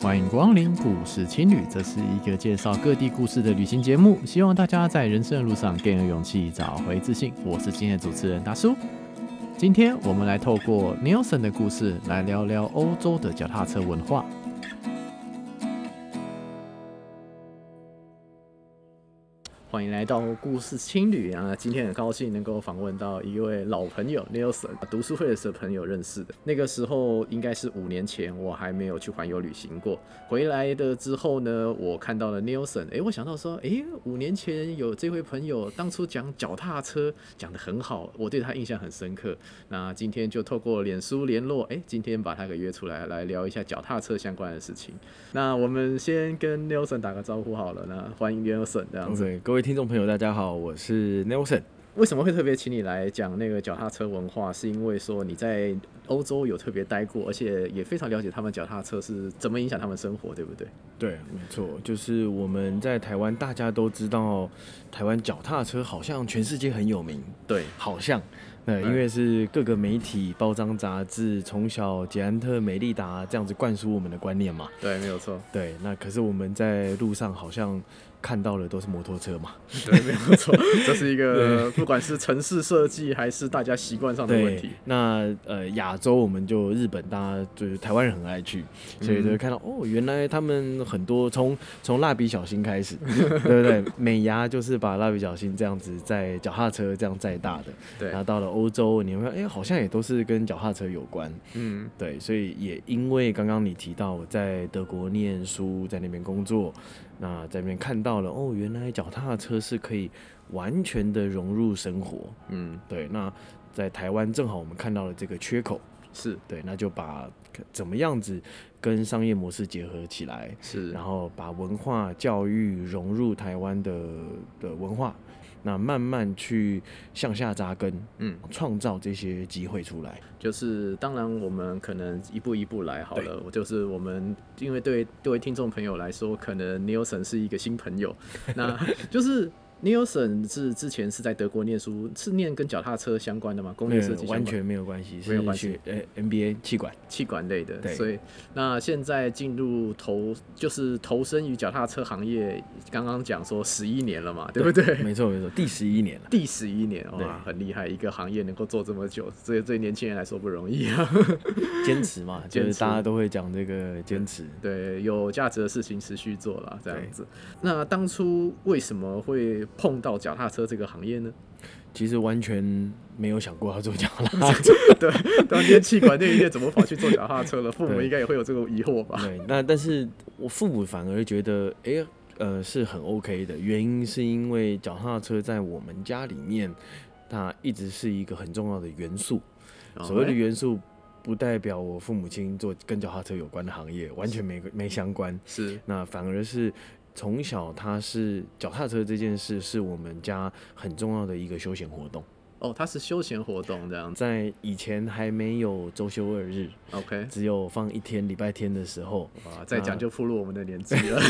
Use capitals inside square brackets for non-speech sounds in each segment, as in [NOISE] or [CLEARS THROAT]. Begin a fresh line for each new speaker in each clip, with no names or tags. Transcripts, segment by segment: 欢迎光临故事青旅，这是一个介绍各地故事的旅行节目，希望大家在人生的路上更有勇气，找回自信。我是今天的主持人达叔。今天我们来透过 Nelson 的故事来聊聊欧洲的脚踏车文化。欢迎来到故事青旅啊！今天很高兴能够访问到一位老朋友 Nelson，读书会的时候朋友认识的。那个时候应该是五年前，我还没有去环游旅行过。回来的之后呢，我看到了 Nelson，诶，我想到说，诶，五年前有这位朋友，当初讲脚踏车讲得很好，我对他印象很深刻。那今天就透过脸书联络，诶，今天把他给约出来，来聊一下脚踏车相关的事情。那我们先跟 Nelson 打个招呼好了，那欢迎 Nelson 这样子。
OK，各位听众朋友，大家好，我是 Nelson。
为什么会特别请你来讲那个脚踏车文化？是因为说你在欧洲有特别待过，而且也非常了解他们脚踏车是怎么影响他们生活，对不对？
对，没错，就是我们在台湾，大家都知道台湾脚踏车好像全世界很有名，
对，
好像，那因为是各个媒体、包装、杂志从小捷安特、美利达这样子灌输我们的观念嘛。
对，没有错，
对，那可是我们在路上好像看到的都是摩托车嘛。
[LAUGHS] 对，没有错，这是一个 [LAUGHS] 不管是城市设计还是大家习惯上的问题
对。，那呃，亚洲我们就日本，大家就是台湾人很爱去，
嗯
所以就会看到、哦，原来他们很多从从蜡笔小新开始， [LAUGHS] 对不对？美牙就是把蜡笔小新这样子在脚踏车这样载大的，
对
然后到了欧洲，你会发现哎，好像也都是跟脚踏车有关，
嗯，
对，所以也因为刚刚你提到我在德国念书，在那边工作，那在那边看到了哦，原来脚踏车是可以完全的融入生活，
嗯，
对，那在台湾正好我们看到了这个缺口，
是
对，那就把怎么样子跟商业模式结合起来，
是，
然后把文化教育融入台湾的的文化，那慢慢去向下扎根，
嗯，
创造这些机会出来。
就是当然我们可能一步一步来好了。我就是我们因为对对位听众朋友来说，可能 Nielsen 是一个新朋
[LAUGHS]
友，那就是 Nielsen 是之前是在德国念书，是念跟脚踏车相关的吗？工业设计
呃
相关
完全没有关系，
没有
是
关
去
系
呃 NBA 气管，
气管类的，
对
所以那现在进入投就是投身于脚踏车行业，刚刚讲说十一年了嘛，对不对？
没错没错，第十一年了。
第十一年
对
哇，很厉害！一个行业能够做这么久，这对年轻人来说不容易啊。
坚持嘛，
[LAUGHS]
就
坚
是
持
大家都会讲这个坚持。
对，有价值的事情持续做啦，这样子。那当初为什么会碰到脚踏车这个行业
[LAUGHS]
呢？
其实完全没有想过要做脚踏
[LAUGHS]
车，
当年气管那一业怎么跑去做脚踏车
[LAUGHS]
了？父母
对
应该也会有这个疑惑吧？
对，那但是我父母反而觉得，哎、呃，是很 OK 的。原因是因为脚踏车在我们家里面，它一直是一个很重要的元素。
哦
所谓
哎
的元素，不代表我父母亲做跟脚踏车有关的行业，完全没没相关。
是
那反而是从小，它是脚踏车这件事是我们家很重要的一个休闲活动。
哦，它是休闲活动这样子。
在以前还没有周休二日， [LAUGHS]
OK，
只有放一天礼拜天的时候，
哇，再讲就暴露我们的年纪
[LAUGHS]
了，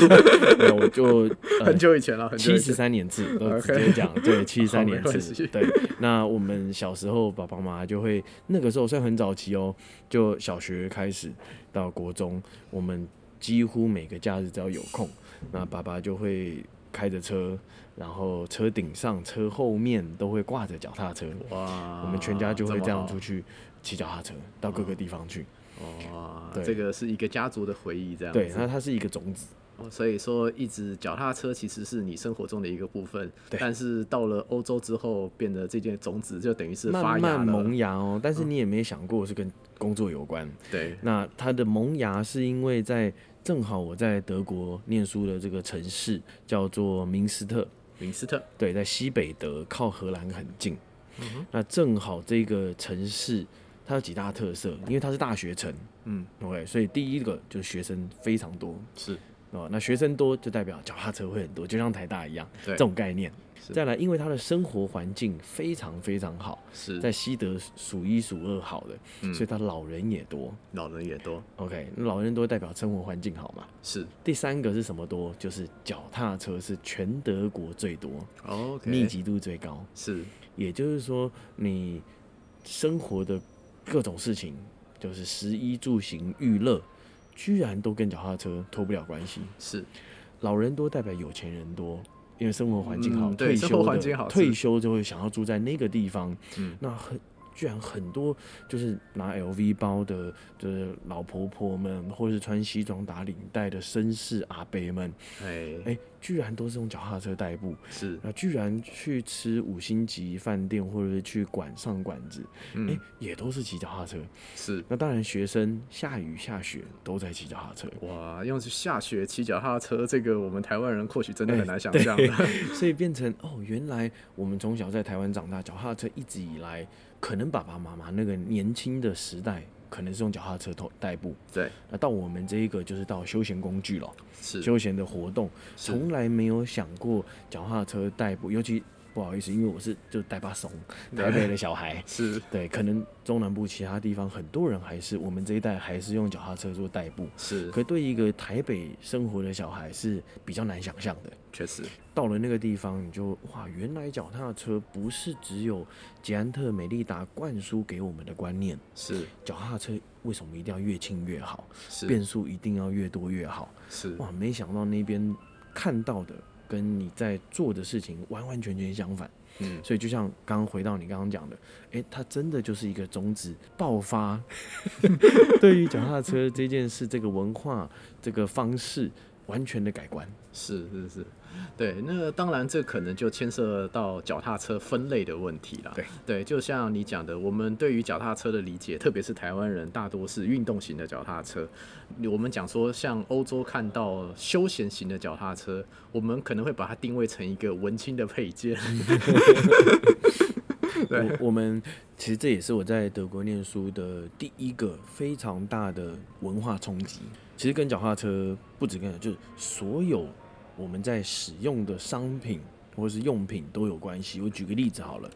那我就、呃
很久以前了，很久
哎七
以
十
前。
三年制，都
OK
直接讲，对，
[LAUGHS]
七十
好
三
没
年
关系
制，对。那我们小时候，爸爸妈妈就会那个时候算很早期哦，就小学开始到国中，我们几乎每个假日只要有空，那爸爸就会开着车，然后车顶上、车后面都会挂着脚踏车，
哇，
我们全家就会这样出
去。
去骑脚踏车到各个地方去。
哦哇，
对
这个是一个家族的回啊忆这样子。
对，那它是一个种子，
哦，所以说，一直脚踏车其实是你生活中的一个部分，
对
但是到了欧洲之后，变得这件种子就等于是发
慢
芽了。嗯
慢萌芽哦。但是你也没想过是跟工作有关。
对，
那它的萌芽是因为在正好我在德国念书的这个城市叫做明斯特，
明斯特，
对，在西北德，靠荷兰很近。
嗯
那正好这个城市它有几大特色，因为它是大学城
嗯，
，OK，所以第一个就是学生非常多
是
哦。那学生多就代表脚踏车会很多，就像台大一样
对
这种概念。
是
再来，因为它的生活环境非常非常好，
是，
在西德数一数二好的，
嗯
所以它老人也多。
老人也多，
OK，那老人多代表生活环境好嘛？
是
第三个是什么多？就是脚踏车是全德国最多，
，OK，
密集度最高。
是
也就是说，你生活的各种事情，就是食衣住行娱乐，居然都跟脚踏车脱不了关系。
是
老人多代表有钱人多，因为生活环境好，
嗯对
退
生活
休
环境
的
好是
退休就会想要住在那个地方。
嗯
那很居然很多就是拿 LV 包的，就是老婆婆们，或是穿西装打领带的绅士阿伯们，
哎
哎、居然都是用脚踏车代步，
是
那居然去吃五星级饭店或者是去馆上馆子，哎、
嗯
也都是骑脚踏车。
是
那当然，学生下雨下雪都在骑脚踏车。
哇，用下雪骑脚踏车，这个我们台湾人或许真的
哎
很难想
对
象。 [LAUGHS]
所以变成哦，原来我们从小在台湾长大，脚踏车一直以来，可能爸爸妈妈那个年轻的时代，可能是用脚踏车头代步，
对，
那到我们这一个就是到休闲工具了，
是
休闲的活动，
是
从来没有想过脚踏车代步，尤其不好意思，因为我是就代爸怂台北的小孩。
[LAUGHS] 是
对，可能中南部其他地方很多人还是我们这一代还是用脚踏车做代步，
是，
可对一个台北生活的小孩是比较难想象的。
确实
到了那个地方，你就哇，原来脚踏车不是只有捷安特、美利达灌输给我们的观念，
是
脚踏车为什么一定要越轻越好，
是
变速一定要越多越好？
是
哇，没想到那边看到的跟你在做的事情完完全全相反。
嗯
所以就像刚刚回到你刚刚讲的，诶，它真的就是一个种子爆发， [LAUGHS] 对于脚踏车这件事、这个文化、这个方式完全的改观。
是是是，对，那当然这可能就牵涉到脚踏车分类的问题啦。
对
就像你讲的，我们对于脚踏车的理解，特别是台湾人大多是运动型的脚踏车。我们讲说，像欧洲看到休闲型的脚踏车，我们可能会把它定位成一个文青的配件。对
我我们其实这也是我在德国念书的第一个非常大的文化冲击。其实跟脚踏车不止跟，就是所有我们在使用的商品或是用品都有关系。我举个例子好了，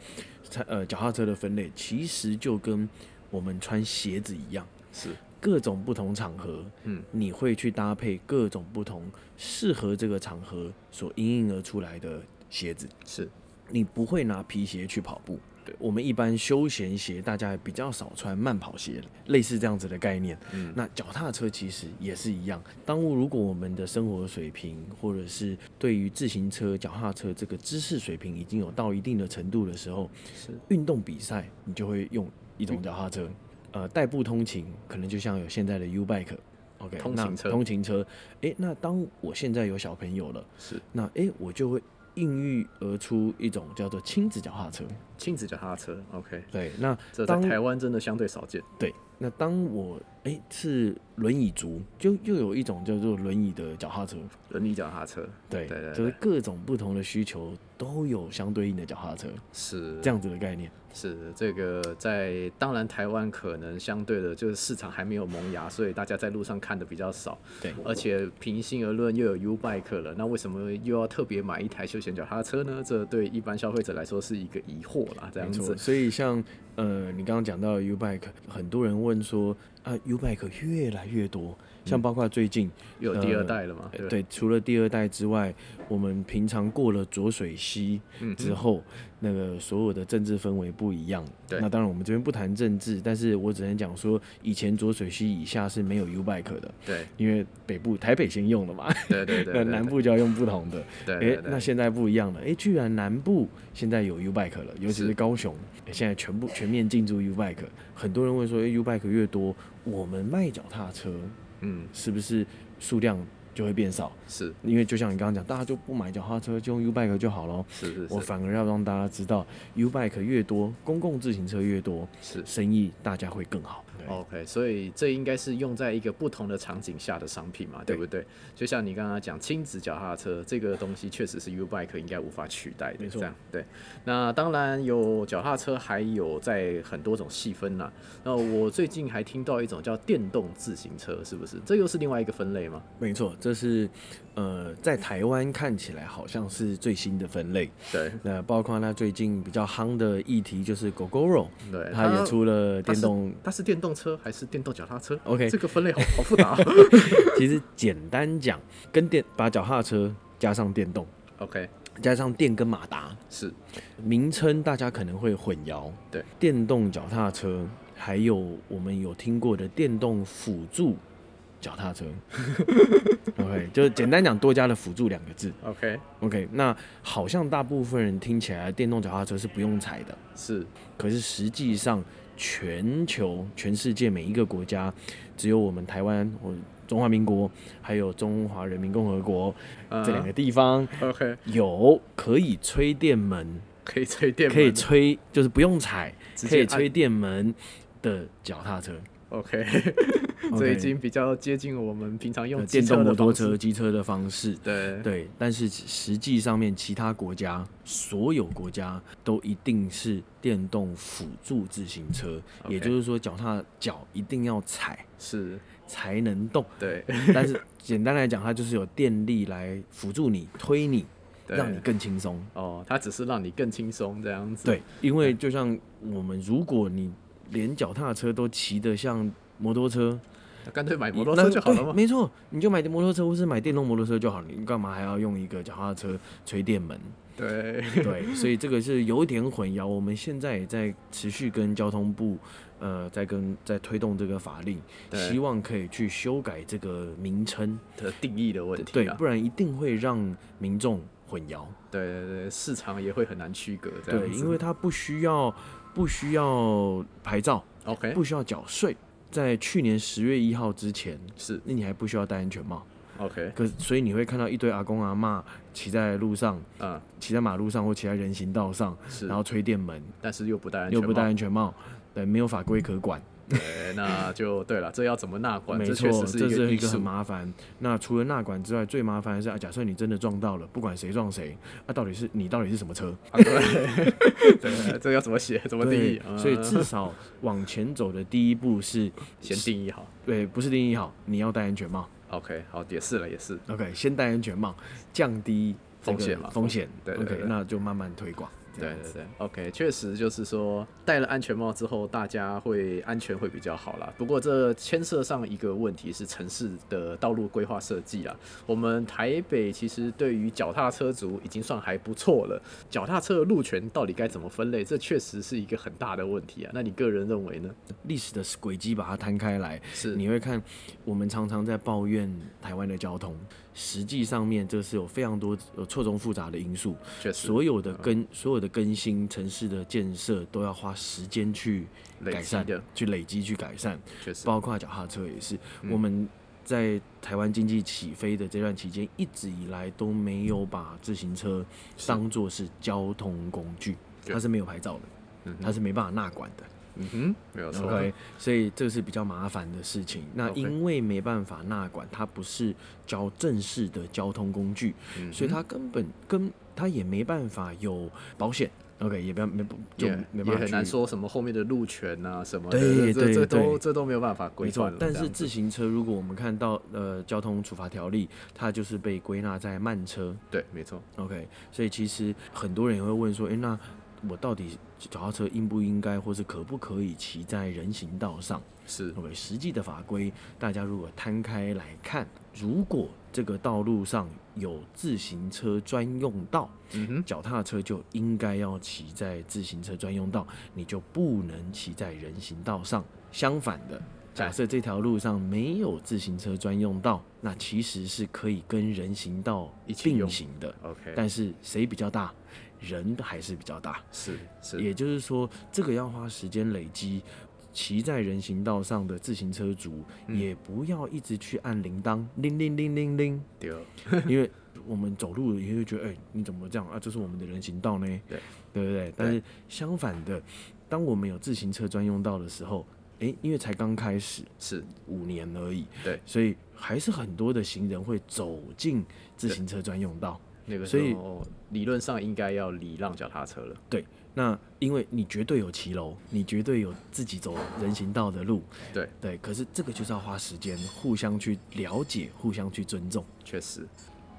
它呃，脚踏车的分类其实就跟我们穿鞋子一样，
是
各种不同场合，
嗯，
你会去搭配各种不同适合这个场合所因应而出来的鞋子。
[LAUGHS] 是
你不会拿皮鞋去跑步。对我们一般休闲鞋，大家也比较少穿慢跑鞋，类似这样子的概念。
嗯
那脚踏车其实也是一样。当如果我们的生活水平，或者是对于自行车、脚踏车这个知识水平已经有到一定的程度的时候，
是
运动比赛你就会用一
嗯
种脚踏车。呃，代步通勤可能就像有现在的 U Bike。OK，
通
那
勤车
通勤车。诶，那当我现在有小朋友了，
是
那诶，我就会孕育而出一种叫做亲子脚踏车。
亲子脚踏车，OK，
对，那
这在
当
台湾真的相对少见。
对，那当我诶是轮椅族，就又有一种叫做轮椅的脚踏车。
轮椅脚踏车，
对，
对对
就是
对
各种不同的需求都有相对应的脚踏车，
是
这样子的概念。
是这个在当然台湾可能相对的就是市场还没有萌芽，所以大家在路上看的比较少。
对，
而且平心而论，又有 U Bike 了，那为什么又要特别买一台休闲脚踏车呢？这对一般消费者来说是一个疑惑啦。这样
没错。
子
所以像呃，你刚刚讲到的 U Bike，很多人问说啊，U Bike 越来越多，像包括最近、
又有第二代了嘛？嗯对
呃
不
对，除了第二代之外，我们平常过了浊水溪
嗯哼
之后，那个所有的政治氛围不一样。
对
那当然我们这边不谈政治，但是我只能讲说，以前浊水溪以下是没有 U Bike 的，
对
因为北部台北先用了嘛，
对对对
[LAUGHS] 那
对，
南
对
部就要用不同的。
对
诶，
对
那
对
现在不一样了，诶，居然南部现在有 U Bike 了，尤其
是
是高雄，诶现在全部全面进驻 U Bike。很多人问说，诶 u Bike 越多，我们卖脚踏车
嗯
是不是数量就会变少？
是
因为就像你刚刚讲，大家就不买脚踏车，就用 U Bike 就好咯。
是是
我
是
反而要让大家知道，U Bike 越多，公共自行车越多，
是。
生意大家会更好。对，
OK，所以这应该是用在一个不同的场景下的商品嘛，对
对
不对？就像你刚刚讲亲子脚踏车这个东西，确实是 U Bike 应该无法取代的。
没错
这样对。那当然有脚踏车，还有在很多种细分啦、那我最近还听到一种叫电动自行车，是不是？这又是另外一个分类吗？
没错，这是呃，在台湾看起来好像是最新的分类。
对
那包括它最近比较夯的议题就是 GoGoRo，
对，
它也出了
它
电
是
动。
它是电动车还是电动脚踏车
OK
这个分类好好复杂、哦。
其实简单讲，跟电把脚踏车加上电动，
OK，
加上电跟马达，
是
名称大家可能会混淆。
对，
电动脚踏车，还有我们有听过的电动辅助脚踏车。OK，就是简单讲，多加了辅助两个字。
OK，
OK，那好像大部分人听起来电动脚踏车是不用踩的，
是
可是实际上全球、全世界每一个国家，只有我们台湾、我中华民国，还有中华人民共和国、
呃
这两个地方
OK，
有可以吹电门，
可以吹电门，
可以吹，就是不用踩，
直接
可以
按
吹电门的脚踏
[LAUGHS]
车，
OK，这
OK
已经比较接近我们平常用
呃
机
电
车
动
的
摩托
方式
车、机车的方式。
对
对，但是实际上面其他国家，所有国家都一定是电动辅助自行车
OK
也就是说脚踏脚一定要踩
是，
才能动。
对 [LAUGHS]
但是简单来讲，它就是有电力来辅助你、推你，
对
让你更轻松。
哦，它只是让你更轻松这样子。
对，因为就像我们，如果你连脚踏车都骑得像摩托车，
那干脆买哎摩托车
那
就好了
对
嘛。
没错，你就买摩托车或是买电动摩托车就好了，你干嘛还要用一个脚踏车吹电门？ [LAUGHS]
对， [LAUGHS]
对，所以这个是有一点混淆。我们现在也在持续跟交通部，呃，在跟在推动这个法令，
对
希望可以去修改这个名称，
的定义的问题
对，
啊，
不然一定会让民众混淆。
对对对，市场也会很难区隔这样
对，
子。
因为它不需要不需要牌照，
OK
不需要缴税，在去年十月一号之前，
是
那你还不需要戴安全帽。
OK，
可所以你会看到一堆阿公阿嬷骑在路上，
嗯
骑在马路上或骑在人行道上，
是，
然后吹电门，
但是又不戴安全
又
帽，
不戴安全帽，对，没有法规可管，
对，那就对了，这要怎么纳管？
没
这确
错，
实
这
一个
是一
艺
个很
术。
麻烦。那除了纳管之外，最麻烦的是啊，假设你真的撞到了，不管谁撞谁，那、到底是你到底是什么车？
啊
[LAUGHS]
对，对，这要怎么写？怎么定义？
对，
嗯
所以至少往前走的第一步是，
先定义好。
对，不是定义好，你要戴安全帽
OK，好，也是了，也是。
，OK，先戴安全帽，降低这个
风险嘛
风险
对对
，OK，
对
那就慢慢推广，这
对
样
对
子
对，OK，确实就是说戴了安全帽之后，大家会安全会比较好啦。不过这牵涉上一个问题是城市的道路规划设计啦。我们台北其实对于脚踏车族已经算还不错了，脚踏车的路权到底该怎么分类，这确实是一个很大的问题啊。那你个人认为呢？
历史的轨迹把它摊开来，
是
你会看，我们常常在抱怨台湾的交通，实际上面这是有非常多有错综复杂的因素，
确实
所有的更所有的更新城市的建设都要花时间去
累积
改善
的，
去累积去改善，
确实
包括脚踏车也是，
嗯
我们。在台湾经济起飞的这段期间，一直以来都没有把自行车当作是交通工具，
对
它是没有牌照的
嗯，
它是没办法纳管的。
嗯哼，没有错
OK，所以这是比较麻烦的事情。那
OK
因为没办法纳管，它不是交正式的交通工具，
嗯
所以它根本跟它也没办法有保险。OK，也不要没不就
也
没
也
办法
很
去
难说什么后面的路权啊什么的，
对
这
对
这都
对
这都没有办法规
没错
范了，。
但
这
是
样
自行车，如果我们看到呃交通处罚条例，它就是被归纳在慢车。
对，没错，
OK，所以其实很多人也会问说，诶，那我到底脚踏车应不应该，或是可不可以骑在人行道上？
是
OK，实际的法规，大家如果摊开来看，如果这个道路上有自行车专用道，
嗯哼。
脚踏车就应该要骑在自行车专用道，你就不能骑在人行道上。相反的，假设这条路上没有自行车专用道，那其实是可以跟人行道
一起用
并行的。
OK，
但是谁比较大？人还是比较大。
是是
也就是说，这个要花时间累积。骑在人行道上的自行车族，
嗯
也不要一直去按铃铛，铃铃铃铃铃，
对哦
因为我们走路也会觉得，哎、你怎么这样啊？这是我们的人行道呢，
对
对不对？但是相反的，当我们有自行车专用道的时候，哎、因为才刚开始
是
五年而已，
对
所以还是很多的行人会走进自行车专用道。
那个
所以
时候理论上应该要礼让脚踏车了，
对，那因为你绝对有骑楼，你绝对有自己走人行道的路，
对，
对。可是这个就是要花时间，互相去了解，互相去尊重。
确实。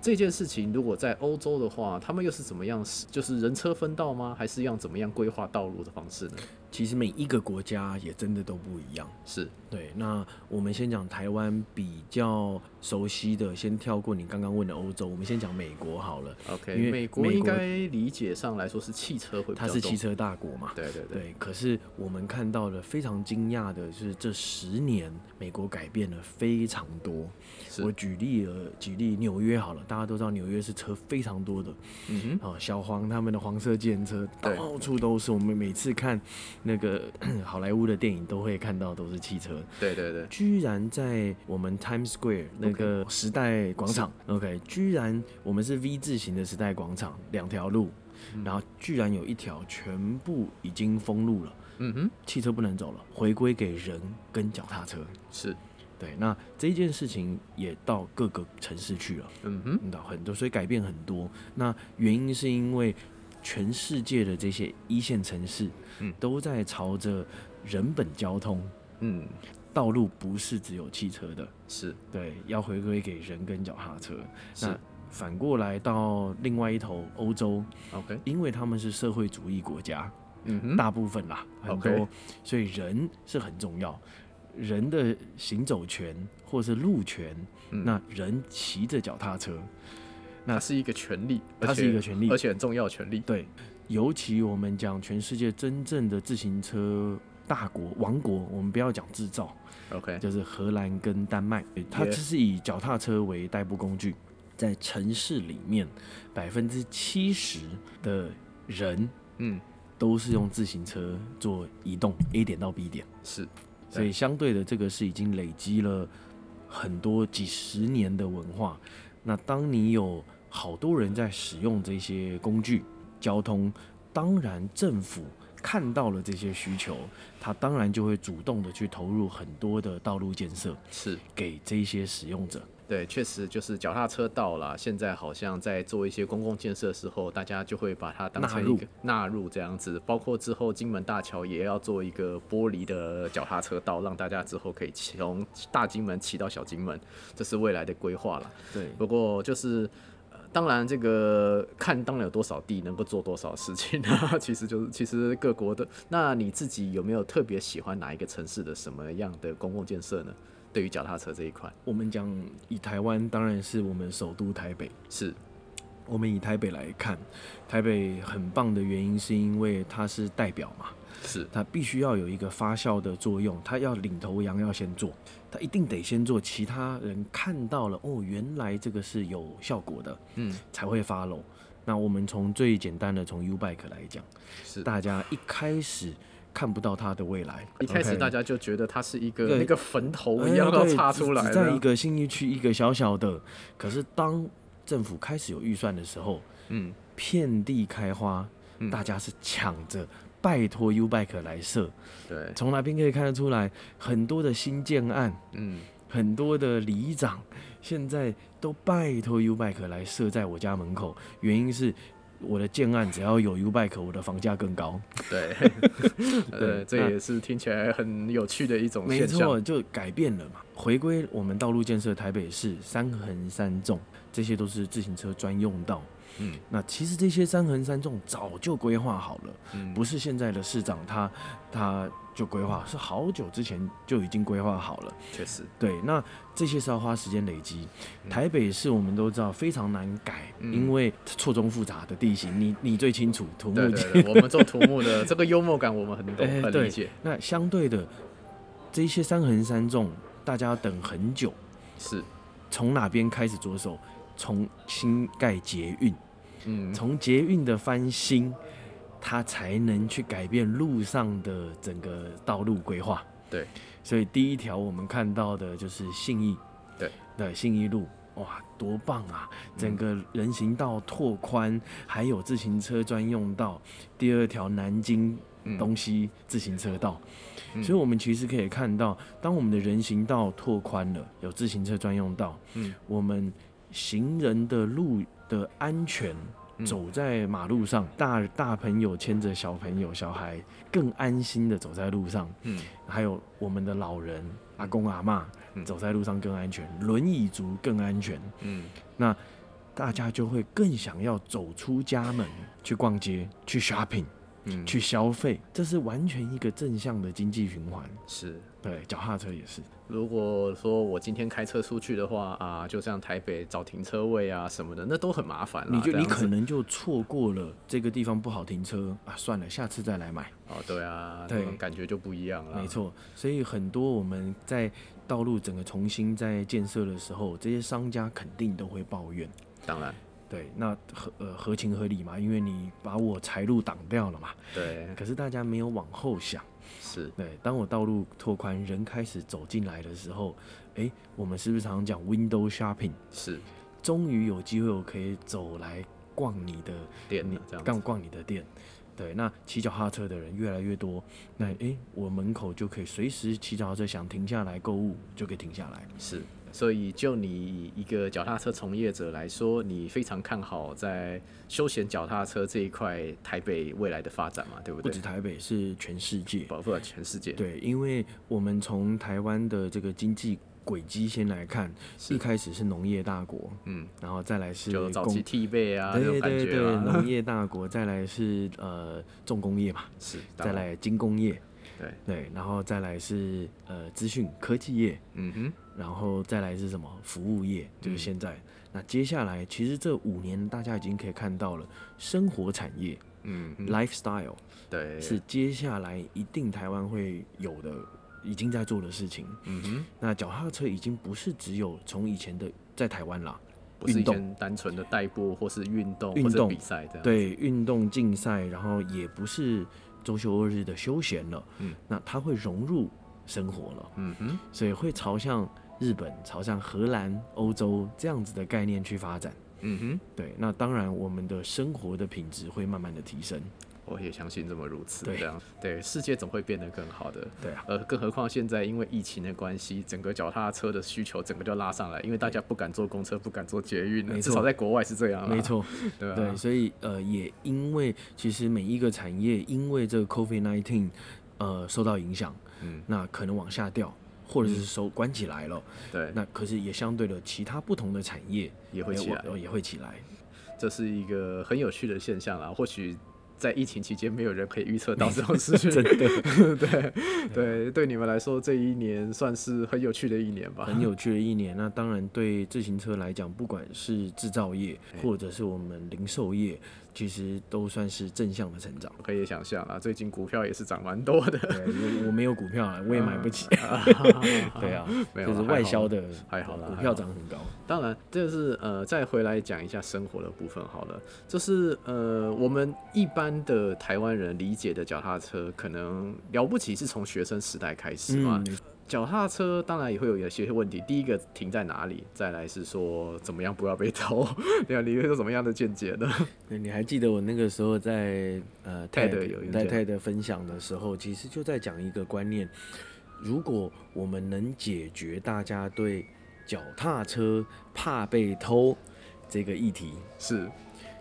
这件事情如果在欧洲的话，他们又是怎么样？就是人车分道吗？还是要怎么样规划道路的方式呢？
其实每一个国家也真的都不一样。
是
对，那我们先讲台湾比较熟悉的，先跳过你刚刚问的欧洲，我们先讲美国好了。
OK，
因为
美国
美
应
国
该理解上来说是汽车会比较
它
重，
是汽车大国嘛？
对对对，
对，可是我们看到了非常惊讶的是，这十年美国改变了非常多。
是
我举例了，举例纽约好了，大家都知道纽约是车非常多的，
嗯哼，
啊，小黄他们的黄色电车
对
到处都是，我们每次看那个 [CLEARS THROAT] 好莱坞的电影都会看到都是汽车，
对对对，
居然在我们 Times Square 那个时代广场，OK，居然我们是 V 字形的时代广场，两条路，
嗯
然后居然有一条全部已经封路了，
嗯哼，
汽车不能走了，回归给人跟脚踏车。
是，
对，那这件事情也到各个城市去了。
嗯哼，
嗯，很多，所以改变很多。那原因是因为全世界的这些一线城市，
嗯
都在朝着人本交通
嗯，
道路不是只有汽车的，
是
对，要回归给人跟脚踏车。
是
那反过来到另外一头欧洲，
，OK，
因为他们是社会主义国家，
嗯哼，
大部分啦，很
OK
多，所以人是很重要。人的行走权或是路权，
嗯
那人骑着脚踏车，
它是一个权利，而
它是一
且
个权利
而且很重要的权利，
对，尤其我们讲全世界真正的自行车大国王国，我们不要讲制造，
，OK，
就是荷兰跟丹麦，它
Yeah
只是以脚踏车为代步工具，在城市里面，百分之七十的人
嗯，
都是用自行车做移动，A 点到 B 点，
是，
所以相对的这个是已经累积了很多几十年的文化。那当你有好多人在使用这些工具交通，当然政府看到了这些需求，他当然就会主动的去投入很多的道路建设
是。
给这些使用者。
对，确实就是脚踏车道啦。现在好像在做一些公共建设的时候，大家就会把它当成一个纳入这样子。包括之后金门大桥也要做一个玻璃的脚踏车道，让大家之后可以骑从大金门骑到小金门，这是未来的规划啦。
对
不过就是。呃当然，这个看当然有多少地能够做多少事情啊， [LAUGHS] 其实就是其实各国的。那你自己有没有特别喜欢哪一个城市的什么样的公共建设呢？对于脚踏车这一块，
我们讲以台湾，当然是我们首都台北。
是
我们以台北来看，台北很棒的原因是因为它是代表嘛，
是，
它必须要有一个发酵的作用，它要领头羊要先做，它一定得先做，其他人看到了哦，原来这个是有效果的，
嗯，
才会 follow。那我们从最简单的从 U Bike 来讲，
是。
大家一开始看不到它的未来，
一开始
OK
大家就觉得它是一个
对
那个坟头
哎
一样要
对
插
只
出
只
来
在
的
一，个新义区一个小小的，可是当政府开始有预算的时候，
嗯，
遍地开花，
嗯
大家是抢着拜托 U Bike 来设。
对，
从哪边可以看得出来，很多的新建案，
嗯，
很多的里长，现在都拜托 U Bike 来设在我家门口，原因是。我的建案只要有 U Bike，我的房价更高。 [LAUGHS]
对，呃，
对
这
那
也是听起来很有趣的一种
没
现象
错，，就改变了嘛。回归我们道路建设，台北市三横三纵，这些都是自行车专用道。
嗯
那其实这些三横三纵早就规划好了，
嗯，
不是现在的市长他他就规划，是好久之前就已经规划好了。
确实，
对，那这些是要花时间累积。台北市我们都知道非常难改，
嗯
因为错综复杂的地形，你你最清楚土木
对
界。
对对，我们做土木
[LAUGHS]
的这个幽默感我们很懂
哎，
很
对
理解，
那相对的，这些三横三纵，大家要等很久。
是，
从哪边开始着手？从新盖捷运，
嗯，
从捷运的翻新，它才能去改变路上的整个道路规划。
对，
所以第一条我们看到的就是信义，
对嗯
对，信义路，哇，多棒啊！整个人行道拓宽，还有自行车专用道。第二条南京
嗯
东西自行车道。
嗯
所以，我们其实可以看到，当我们的人行道拓宽了，有自行车专用道，
嗯，
我们行人的路的安全，
嗯
走在马路上，大大朋友牵着小朋友、小孩，更安心的走在路上。
嗯，
还有我们的老人、阿公阿嬷
嗯
走在路上更安全，轮椅族更安全，
嗯，
大家就会更想要走出家门去逛街、去 shopping。
嗯
去消费，这是完全一个正向的经济循环。
是。
对，脚踏车也是，
如果说我今天开车出去的话啊，就像台北找停车位啊什么的，那都很麻烦啦
你就
这
你
样子
可能就错过了这个地方不好停车啊，算了，下次再来买。
哦，对啊，
对
那种感觉就不一样了。
没，错，所以很多我们在道路整个重新在建设的时候，这些商家肯定都会抱怨。
当然，
对，那合呃合情合理嘛，因为你把我财路挡掉了嘛。
对，
可是大家没有往后想，
是
对，当我道路拓宽，人开始走进来的时候，诶，我们是不是常常讲 window shopping？
是
终于有机会我可以走来逛你的
点
你
了这样
逛
子。
逛你的店。对，那骑脚踏车的人越来越多，那诶，我门口就可以随时骑脚踏车，想停下来购物就可以停下来。
是，所以就你以一个脚踏车从业者来说，你非常看好在休闲脚踏车这一块台北未来的发展嘛，对不
不
对
止？台北，是全世界。
包括全世界，
对，因为我们从台湾的这个经济轨迹先来看，
是
一开始是农业大国，
嗯，
然后再来是
就早
工
期替备啊，这种
对
感
对
觉
对，
啦。
农业大国，再来是呃重工业嘛，
是，当
再
然，
来精工业，
对，
对，然后再来是呃资讯科技业，
嗯哼，
然后再来是什么服务业，就
嗯
是现在。那接下来其实这五年大家已经可以看到了，生活产业、
嗯哼，
lifestyle
对，
是，接下来一定台湾会有的，已经在做的事情。
嗯哼，
那脚踏车已经不是只有从以前的在台湾啦，
不是
运
以
动
前单纯的代步或是运动
运
或者
动
比赛这样。，
对运动竞赛，然后也不是周休二日的休闲了，
嗯，
那它会融入生活了，
嗯哼，
所以会朝向日本、朝向荷兰、欧洲这样子的概念去发展。
嗯哼，
对，那当然我们的生活的品质会慢慢的提升。
我也相信这么如此。
对
这样，对，世界总会变得更好的。
对啊，
呃，更何况现在因为疫情的关系，整个脚踏车的需求整个就拉上来，因为大家不敢坐公车，不敢坐捷运了，
没
至
错
少在国外是这样。
没，错，
对啊
对，，所以呃，也因为其实每一个产业因为这个 COVID 1 9呃受到影响，
嗯，
那可能往下掉，或者是收关起来了。
对，
那可是也相对的，其他不同的产业
也会起来
呃我也会起来。
这是一个很有趣的现象啦。或许在疫情期间，没有人可以预测到这种事情。 [LAUGHS] 真的，对对，对你们来说，这一年算是很有趣的一年吧。。
很有趣的一年。那当然，对自行车来讲，不管是制造业或者是我们零售业，其实都算是正向的成长
可以想象啊，最近股票也是涨蛮
[LAUGHS]
多的。 [LAUGHS]
对，我我没有股票啊，我也买不起。对啊，
没有
就是
啦还
外
好
销的，
还好啦
股
还
票
好
涨很高。
当然，这是呃，再回来讲一下生活的部分好了。就是呃，我们一般的台湾人理解的脚踏车，可能了不起是从学生时代开始嘛。
嗯，
脚踏车当然也会有一些问题，第一个停在哪里，再来是说怎么样不要被偷。 [LAUGHS] 对啊，你会有什么样的见解呢？ [LAUGHS]
对你还记得我那个时候在呃泰
TED
的
有演
在
讲
泰的分享的时候，其实就在讲一个观念：如果我们能解决大家对脚踏车怕被偷这个议题，
是，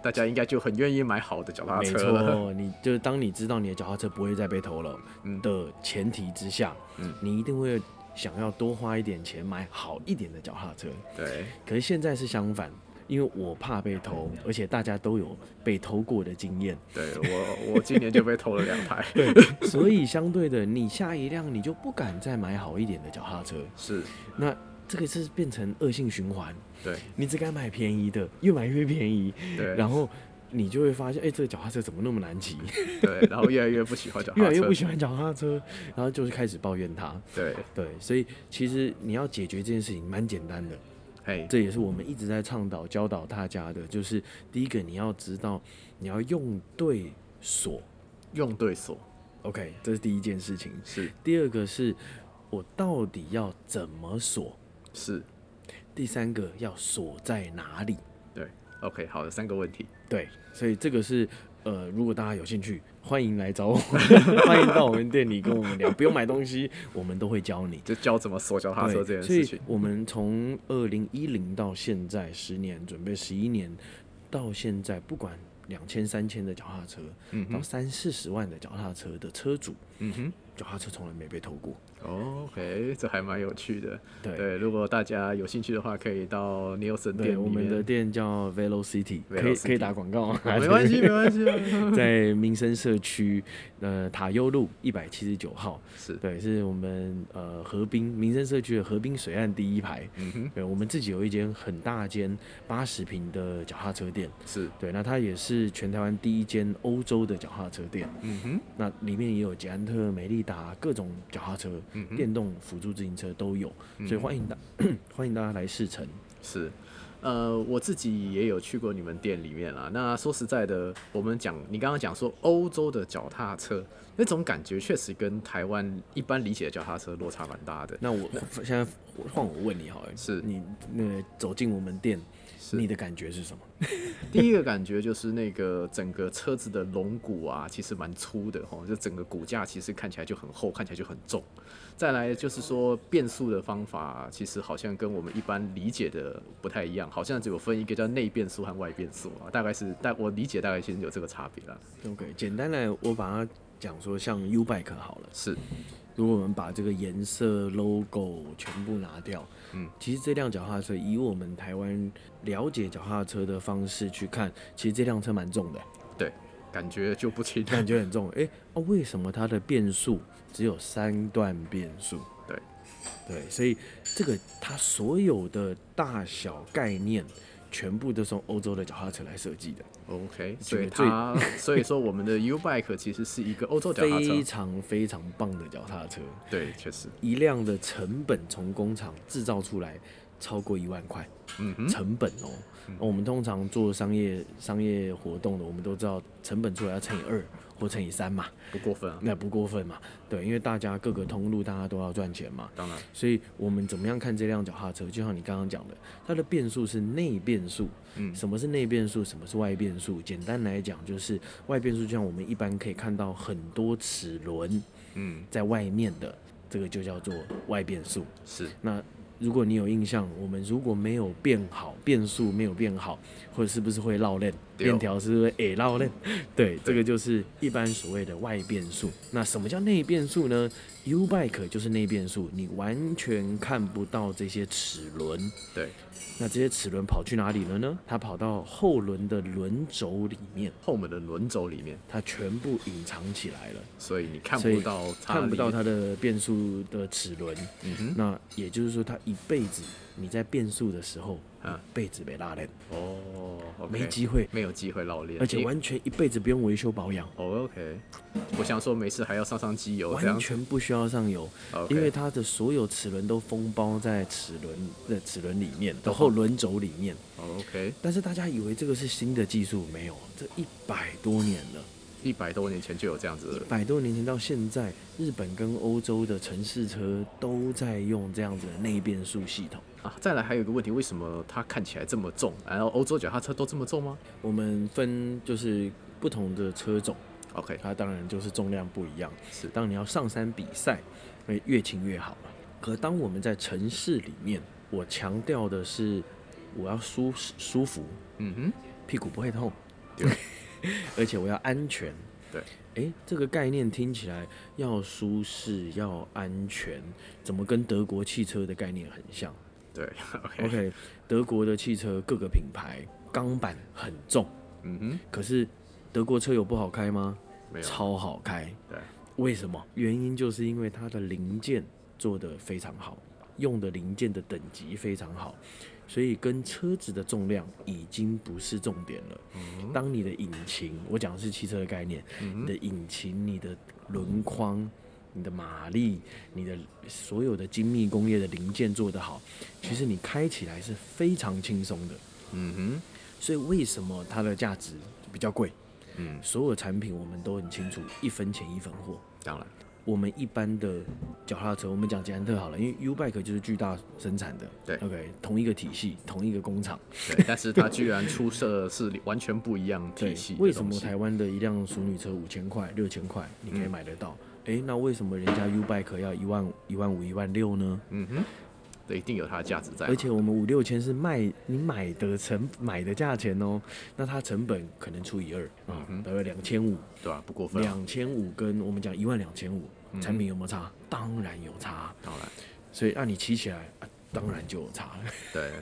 大家应该就很愿意买好的脚踏
没
车了。
错，你就是当你知道你的脚踏车不会再被偷了
嗯
的前提之下，
嗯
你一定会想要多花一点钱买好一点的脚踏车。
对，
可是现在是相反，因为我怕被偷，而且大家都有被偷过的经验。
对我我今年就被偷了两台。
[LAUGHS] 对，所以相对的，你下一辆你就不敢再买好一点的脚踏车，
是，
那这个是变成恶性循环，
对
你只敢买便宜的，越买越便宜，
对，
然后你就会发现，哎、这个脚踏车怎么那么难骑，
对，然后越来越不喜欢脚踏车，
越来越不喜欢脚踏车，然后就是开始抱怨它。
对，
对，所以其实你要解决这件事情蛮简单的，
嘿，
这也是我们一直在倡导教导大家的，就是第一个你要知道你要用对锁
用对锁
，OK，这是第一件事情。
是
第二个是我到底要怎么锁？
是，
第三个要锁在哪里？
对，OK，好的，三个问题，
对，所以这个是呃，如果大家有兴趣，欢迎来找我，欢迎到我们 [LAUGHS] 店里跟我们聊，不用买东西，我们都会教你。
就教怎么锁脚踏车这件
对，所
事
以
情，
我们从二零一零到现在十年，准备十一年，到现在不管两千、三千的脚踏车，
嗯
到
哼，
三四十万的脚踏车的车主，
嗯哼，
脚踏车从来没被偷过。
哦 OK，这还蛮有趣的。
对
对，如果大家有兴趣的话，可以到 Nielsen
对，
店
我
里
们的
面。
店叫 Velo City，可以
Velocity
可以打广告啊，
[LAUGHS] 没关系，没关
[LAUGHS]
系啊。
在民生社区，呃，塔悠路一百七十九号，
是，
对，是我们呃河滨民生社区的河滨水岸第一排。
嗯哼，
对，我们自己有一间很大间八十平的脚踏车店，
是，
对，那它也是全台湾第一间欧洲的脚踏车店，
嗯哼，
那里面也有捷安特、美利达各种脚踏车、
嗯哼。嗯
电动辅助自行车都有，所以欢迎大 [CLEARS THROAT] 欢迎大家来试乘。
是，呃，我自己也有去过你们店里面啦。那说实在的，我们讲你刚刚讲说欧洲的脚踏车那种感觉，确实跟台湾一般理解的脚踏车落差蛮大的。
那我现在换我问你好了，
是
你那个走进我们店，
是
你的感觉是什么？
第一个感觉就是那个整个车子的龙骨啊，其实蛮粗的哈，就整个骨架其实看起来就很厚，看起来就很重。再来就是说变速的方法，其实好像跟我们一般理解的不太一样，好像只有分一个叫内变速和外变速啊，大概是大我理解大概其实有这个差别啦。
OK，简单来，我把它讲说，像 U Bike 好了，
是，
如果我们把这个颜色、logo 全部拿掉，
嗯，
其实这辆脚踏车，以我们台湾了解脚踏车的方式去看，其实这辆车
[LAUGHS]
蛮重的，
对，感觉就不 [LAUGHS] 清。
感觉很重。诶，啊，为什么它的变速只有三段变速？
对，
对，所以这个它所有的大小概念，全部都是从欧洲的脚踏车来设计的。
OK，
这
所
个
以它，所以说我们的 U Bike 其实是一个欧洲脚踏车，
非常非常棒的脚踏车，
对，确实，
一辆的成本从工厂制造出来超过一万块，
嗯哼，
成本哦、我们通常做商业商业活动的，我们都知道成本出来要乘以二 [LAUGHS] 或乘以三嘛，
不过分啊，
那不过分嘛，对，因为大家各个通路大家都要赚钱嘛，
当然，
所以我们怎么样看这辆脚踏车？就像你刚刚讲的，它的变速是内变速。
嗯
什么是内变速？什么是外变速？简单来讲，就是外变速，就像我们一般可以看到很多齿轮
嗯，
在外面的，这个就叫做外变速。
是，
那如果你有印象，我们如果没有变好，变速没有变好，或者是不是会绕链？
对哦
链条是不是也
[LAUGHS]
绕链？对，这个就是一般所谓的外变速。那什么叫内变速呢？U bike 就是内变速，你完全看不到这些齿轮。
对，
那这些齿轮跑去哪里了呢？它跑到后轮的轮轴里面，
后门的轮轴里面，
它全部隐藏起来了。
所以你看
所以
不到它，
看不到，它的变速的齿轮。
嗯哼，
那也就是说，它一辈子你在变速的时候，
嗯
一辈子被拉链，
哦，OK，
没机会，
没有机会绕链，
而且
因为
完全一辈子不用维修保养，
哦 OK，我想说没事还要上上机油这
完
样，哦
全不需要上油，
OK
因为它的所有齿轮都封包在齿轮的齿轮里面，的后轮轴里面。
哦 OK，
但是大家以为这个是新的技术，没有，这一百多年了。
一百多年前就有这样子的，
百多年前到现在，日本跟欧洲的城市车都在用这样子的内变速系统。
啊，再来还有一个问题，为什么它看起来这么重？然后欧洲脚踏车都这么重吗
我们分就是不同的车种，
？OK，
它当然就是重量不一样。
是
当你要上山比赛，会越轻越好嘛。可当我们在城市里面，我强调的是我要舒适舒服，
嗯
屁股不会痛，
对，
[LAUGHS] 而且我要安全。
对，
诶，这个概念听起来要舒适要安全，怎么跟德国汽车的概念很像
哼，对，OK， [LAUGHS]
？OK，德国的汽车各个品牌钢板很重，
嗯哼。
可是德国车有不好开吗？
没有
超好开。
对，
为什么？原因就是因为它的零件做得非常好，用的零件的等级非常好，所以跟车子的重量已经不是重点了。
嗯
当你的引擎，我讲的是汽车的概念，你的引擎、你的轮框、你的马力、你的所有的精密工业的零件做得好，其实你开起来是非常轻松的。
嗯
所以为什么它的价值比较贵？
哼，嗯，
所有产品我们都很清楚，一分钱一分货。
当然，
我们一般的脚踏车，我们讲捷安特好了，因为 U Bike 就是巨大生产的，
对
，OK，同一个体系，同一个工厂，
对，但是它居然出色是完全不一样体
对
系，的
为什
东
么
西
台湾的一辆淑女车五千块、六千块你可以
嗯
买得到？诶，那为什么人家 U Bike 要一万、一万五、一万六呢？
嗯哼，对，啊一定有它的价值在嘛。
而且我们五六千是卖你买的成买的价钱哦，那它成本可能除以二
嗯
啊，大约两千五，
对吧、不过分啊，嗯
两千五跟我们讲一万两千五，产品有没有差？当然有差，
当然。
所以让你骑起来、啊当然就有差。
对，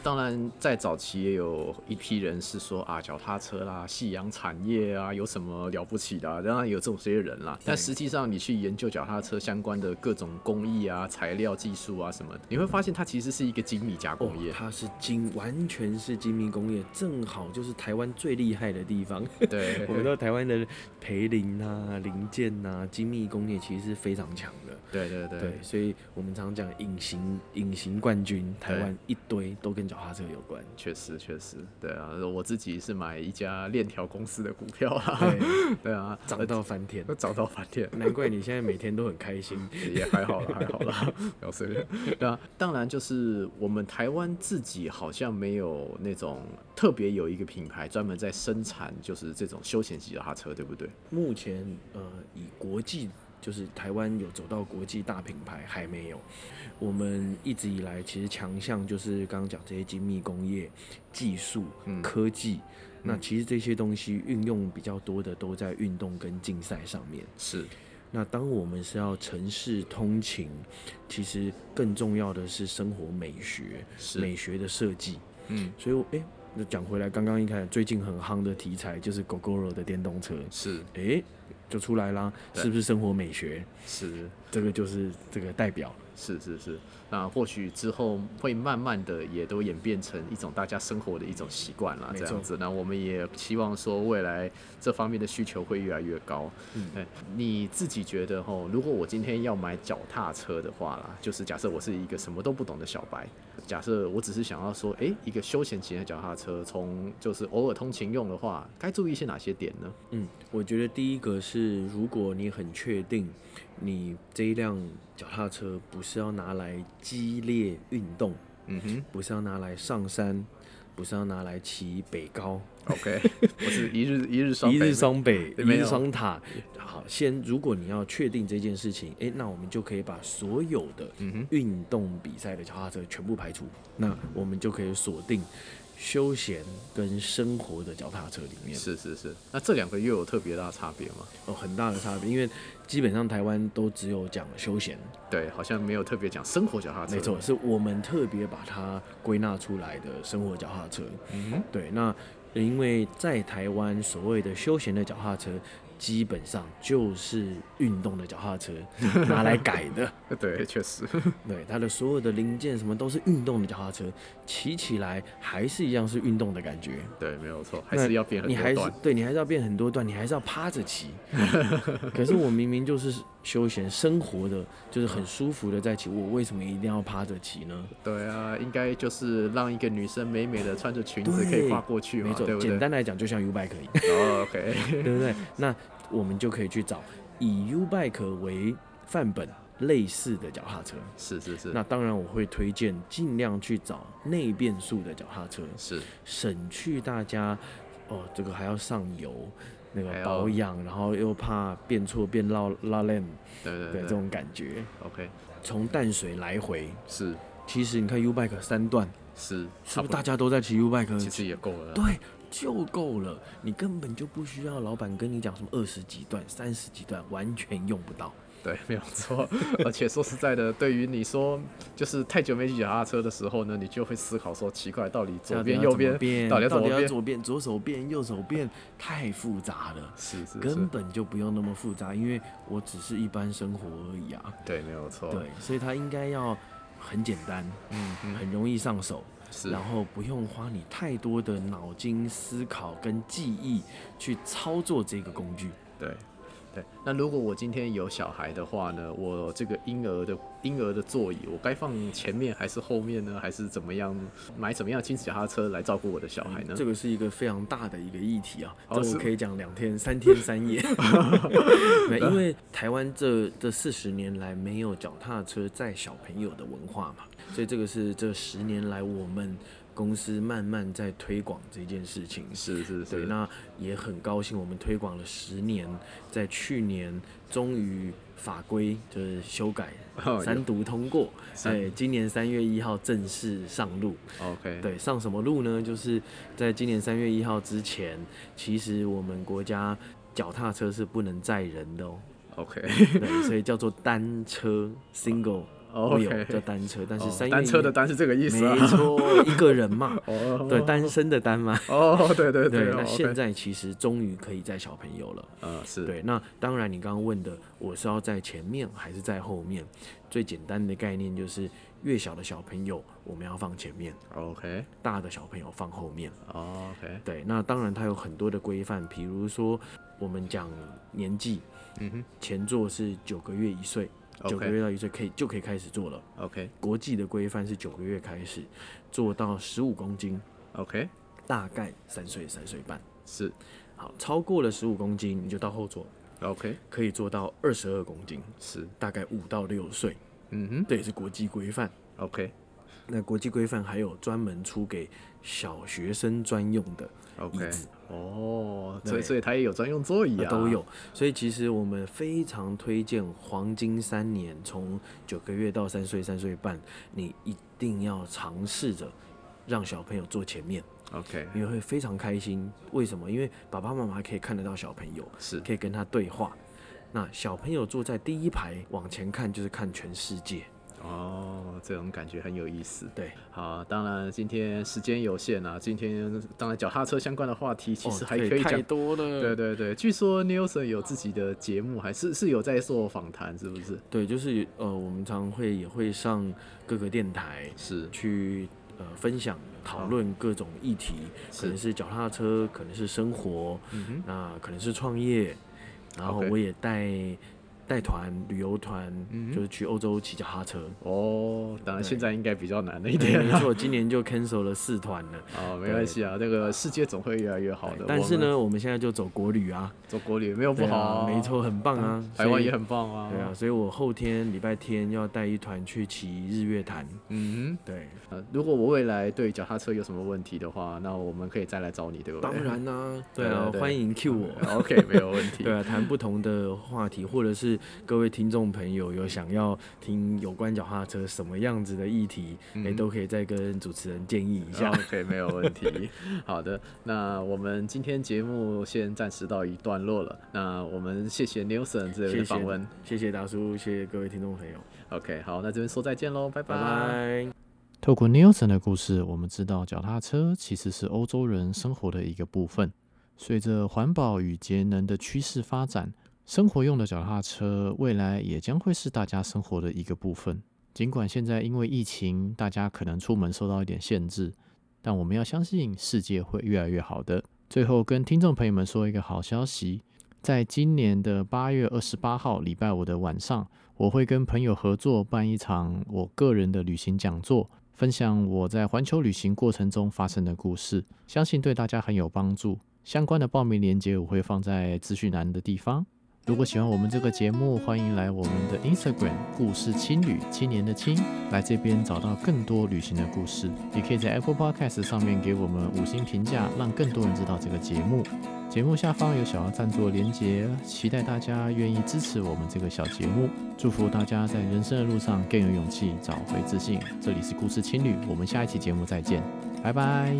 当然在早期也有一批人是说啊，脚踏车啦、夕阳产业啊，有什么了不起的、啊？当然有这种这些人啦。但实际上，你去研究脚踏车相关的各种工艺啊、材料技术啊什么的，你会发现它其实是一个精密加
哦
工业，。
它是精，完全是精密工业，正好就是台湾最厉害的
[LAUGHS]
地方。
对，
我们知道台湾的培林啊、零件啊、精密工业其实是非常强的。
对对对
对，所以我们常讲隐形隐形冠军，台
对
湾一堆都跟脚踏车有
[LAUGHS]
关。
确实确实，对啊，我自己是买一家链条公司的股票啊，
对，
[LAUGHS] 对啊，
涨到翻天
都，涨到翻天。
难怪你现在每天都很开心。
[LAUGHS] 也还好啦，还好啦，不要随便。那当然就是我们台湾自己好像没有那种特别有一个品牌专门在生产就是这种休闲级脚踏车，对不对？
目前呃，以国际就是台湾有走到国际大品牌还没有。我们一直以来其实强项就是刚刚讲这些精密工业、技术、
嗯
科技。那其实这些东西运用比较多的都在运动跟竞赛上面。
是，
那当我们是要城市通勤，其实更重要的是生活美学、
是
美学的设计。
嗯，
所以我，诶，那讲回来，刚刚一开始最近很夯的题材就是 GoGoRo 的电动车，
是
诶，就出来啦，
对
是不是生活美学？
是
这个就是这个代表。
是是是。那或许之后会慢慢的也都演变成一种大家生活的一种习惯啦，
没
这
错
样子。那我们也期望说未来这方面的需求会越来越高。
嗯
对，你自己觉得吼，如果我今天要买脚踏车的话啦，就是假设我是一个什么都不懂的小白，假设我只是想要说，诶，一个休闲型的脚踏车，从就是偶尔通勤用的话，该注意一些哪些点呢？
嗯，我觉得第一个是，如果你很确定你这一辆脚踏车不是要拿来激烈运动，
嗯哼 [LAUGHS]
不是要拿来上山，不是要拿来骑北高，
[LAUGHS] ，OK，我是一日一日双
一
飞
日双北，一
对没
日
有
双塔。好，先如果你要确定这件事情，诶，那我们就可以把所有的
嗯
运动比赛的脚踏车全部排除，那我们就可以锁定休闲跟生活的脚踏车里面
是是是，那这两个又有特别大的差别吗？
有很大的差别，因为基本上台湾都只有讲休闲，
对，好像没有特别讲生活脚踏车。
没错，，是我们特别把它归纳出来的生活脚踏车。
嗯哼，
对，那因为在台湾所谓的休闲的脚踏车，基本上就是运动的脚踏 [LAUGHS] 车拿来改的。
[LAUGHS] 对，确实，
对，它的所有的零件什么都是运动的脚踏车，骑起来还是一样是运动的感觉。
对，没有错，还是要变很
你还
多
是
段。
对你还是要变很多段，你还是要趴着骑。 [LAUGHS] 可是我明明就是休闲生活的，就是很舒服的在骑，我为什么一定要趴着骑呢？
对啊，应该就是让一个女生美美的穿着裙子
对
可以跨过去
没
嘛，
错
啊对，不
简
对？
单来讲，就像 U bike 一样。
[LAUGHS] 哦，OK，
对不对？那我们就可以去找以 U Bike 为范本类似的脚踏车。
是是是，
那当然，我会推荐尽量去找内变速的脚踏车，
是
省去大家哦，这个还要上油，那个
还要
保养，然后又怕变错变绕拉链
对对
的这种感觉。
o k
从淡水来回，
是
其实你看 U Bike 三段，
是，
是
差
不
不
是
多，
大家都在骑 U Bike？
其实也够了啦。
对，就够了，你根本就不需要老板跟你讲什么二十几段、三十几段，完全用不到。
对，没有错。而且说实在的，对于你说就是太久没骑脚踏车的时候呢，你就会思考说，奇怪，到底左边、右边
到底要，
到底要怎么
怎么变？到底要
变？
左边、左手变、右手变，太复杂了。
是是
根
是，
本就不用那么复杂，因为我只是一般生活而已啊。
对，没有错。
对，所以它应该要很简单，
嗯嗯，
很容易上手，
是
然后不用花你太多的脑筋思考跟记忆去操作这个工具。
对，对。那如果我今天有小孩的话呢，我这个婴儿的婴儿的座椅，我该放前面还是后面呢？还是怎么样？买怎么样的亲子脚踏车来照顾我的小孩呢？
这个是一个非常大的一个议题啊，
哦
这我
是
可以讲两天、三天、三
[LAUGHS]
夜。 [LAUGHS] 没，因为台湾这这四十年来没有脚踏车载小朋友的文化嘛，所以这个是这十年来我们公司慢慢在推广这件事情。
是是
对，
是，
那也很高兴，我们推广了十年，在去年终于法规就是修改
哦有
三读通过，
三
对，今年三月一号正式上路。
OK，
对，上什么路呢？就是在今年三月一号之前，其实我们国家脚踏车是不能载人的哦、
，OK，
对，所以叫做单
[LAUGHS]
车 （single）
哦
[LAUGHS] 会有
OK
叫单车，但是
哦
三月
单车
一
的单是这个意思
没
啊。
错，一个
[LAUGHS]
人嘛，
哦，
对，单身的单嘛。
哦，对对
对，
哦
那现
OK
在其实终于可以载小朋友了。
呃是
对，那当然，你刚刚问的，我是要在前面还是在后面？最简单的概念就是，越小的小朋友我们要放前面，
OK
大的小朋友放后面。
哦 OK，
对，那当然它有很多的规范，比如说我们讲年纪，
嗯哼
前座是九个月一岁，九个
OK
月到一岁可以就可以开始做了。
OK
国际的规范是九个月开始，做到十五公斤，
OK
大概三岁三岁半。
是
好，超过了十五公斤你就到后座，
OK
可以做到二十二公斤，
是
大概五到六岁，
嗯
这也是国际规范。
哼 OK
那国际规范还有专门出给小学生专用的，
OK
椅子
哦，所
对
以所以它也有专用座椅
呃
啊，
都有。所以其实我们非常推荐黄金三年，从九个月到三岁、三岁半，你一定要尝试着让小朋友坐前面，
OK
你会非常开心。为什么？因为爸爸妈妈可以看得到小朋友，
是
可以跟他对话。那小朋友坐在第一排往前看，就是看全世界。
哦，这种感觉很有意思。
对，
好，当然今天时间有限啊，今天当然脚踏车相关的话题其实
哦
还
对
可以
太
讲。
多了。
对对对，据说 Nelson 有自己的节目，还是是有在做访谈，是不是？
对，就是呃，我们常会也会上各个电台
是
去呃分享讨论各种议题，
是
可能是脚踏车，可能是生活，
嗯
那可能是创业，然后
OK 嗯
我也带带团旅游团，就是去欧洲骑脚
[LAUGHS]
踏车。
哦，当然
对
现在应该比较难了一
对，
点
没
啊。
错，今年就 cancel 了四团了。
哦，没关系啊，这个世界总会越来越好的。
但是
我们
呢，我们现在就走国旅啊，
走国旅没有不
对
好啊，
啊，没错，很棒啊，
台湾也
很
很棒啊。
对啊，，所以我后天礼拜天要带一团去骑日月潭，
嗯
对，
哼，呃，如果我未来对脚踏车有什么问题的话，那我们可以再来找你，对不对？
当然啦、 [LAUGHS] 对
对
啊
对，对
欢迎 Q 我。
[LAUGHS] OK，没有问题。
对啊，谈不同的话题，或者是各位听众朋友有想要听有关脚踏车什么样子的议题，哎、都可以再跟主持人建议一下。
嗯 OK，没有问题。好的，那我们今天节目先暂时到一段落了。那我们谢谢 Nelson 这边
谢
的
谢
访问。，
谢谢达叔，谢谢各位听众朋友，
OK，好，那这边说再见喽，拜
拜拜。
透过 Nielsen 的故事，我们知道脚踏车其实是欧洲人生活的一个部分。随着环保与节能的趋势发展，生活用的脚踏车未来也将会是大家生活的一个部分。尽管现在因为疫情，大家可能出门受到一点限制，但我们要相信世界会越来越好的。最后跟听众朋友们说一个好消息，在今年的八月二十八号礼拜五的晚上，我会跟朋友合作办一场我个人的旅行讲座，分享我在环球旅行过程中发生的故事，相信对大家很有帮助。相关的报名链接我会放在资讯栏的地方。如果喜欢我们这个节目，欢迎来我们的 Instagram 故事青旅青年的青，来这边找到更多旅行的故事。也可以在 Apple Podcast 上面给我们五星评价，让更多人知道这个节目。节目下方有小额赞助的连结，期待大家愿意支持我们这个小节目。祝福大家在人生的路上更有勇气，找回自信。这里是故事青旅，我们下一期节目再见，拜拜。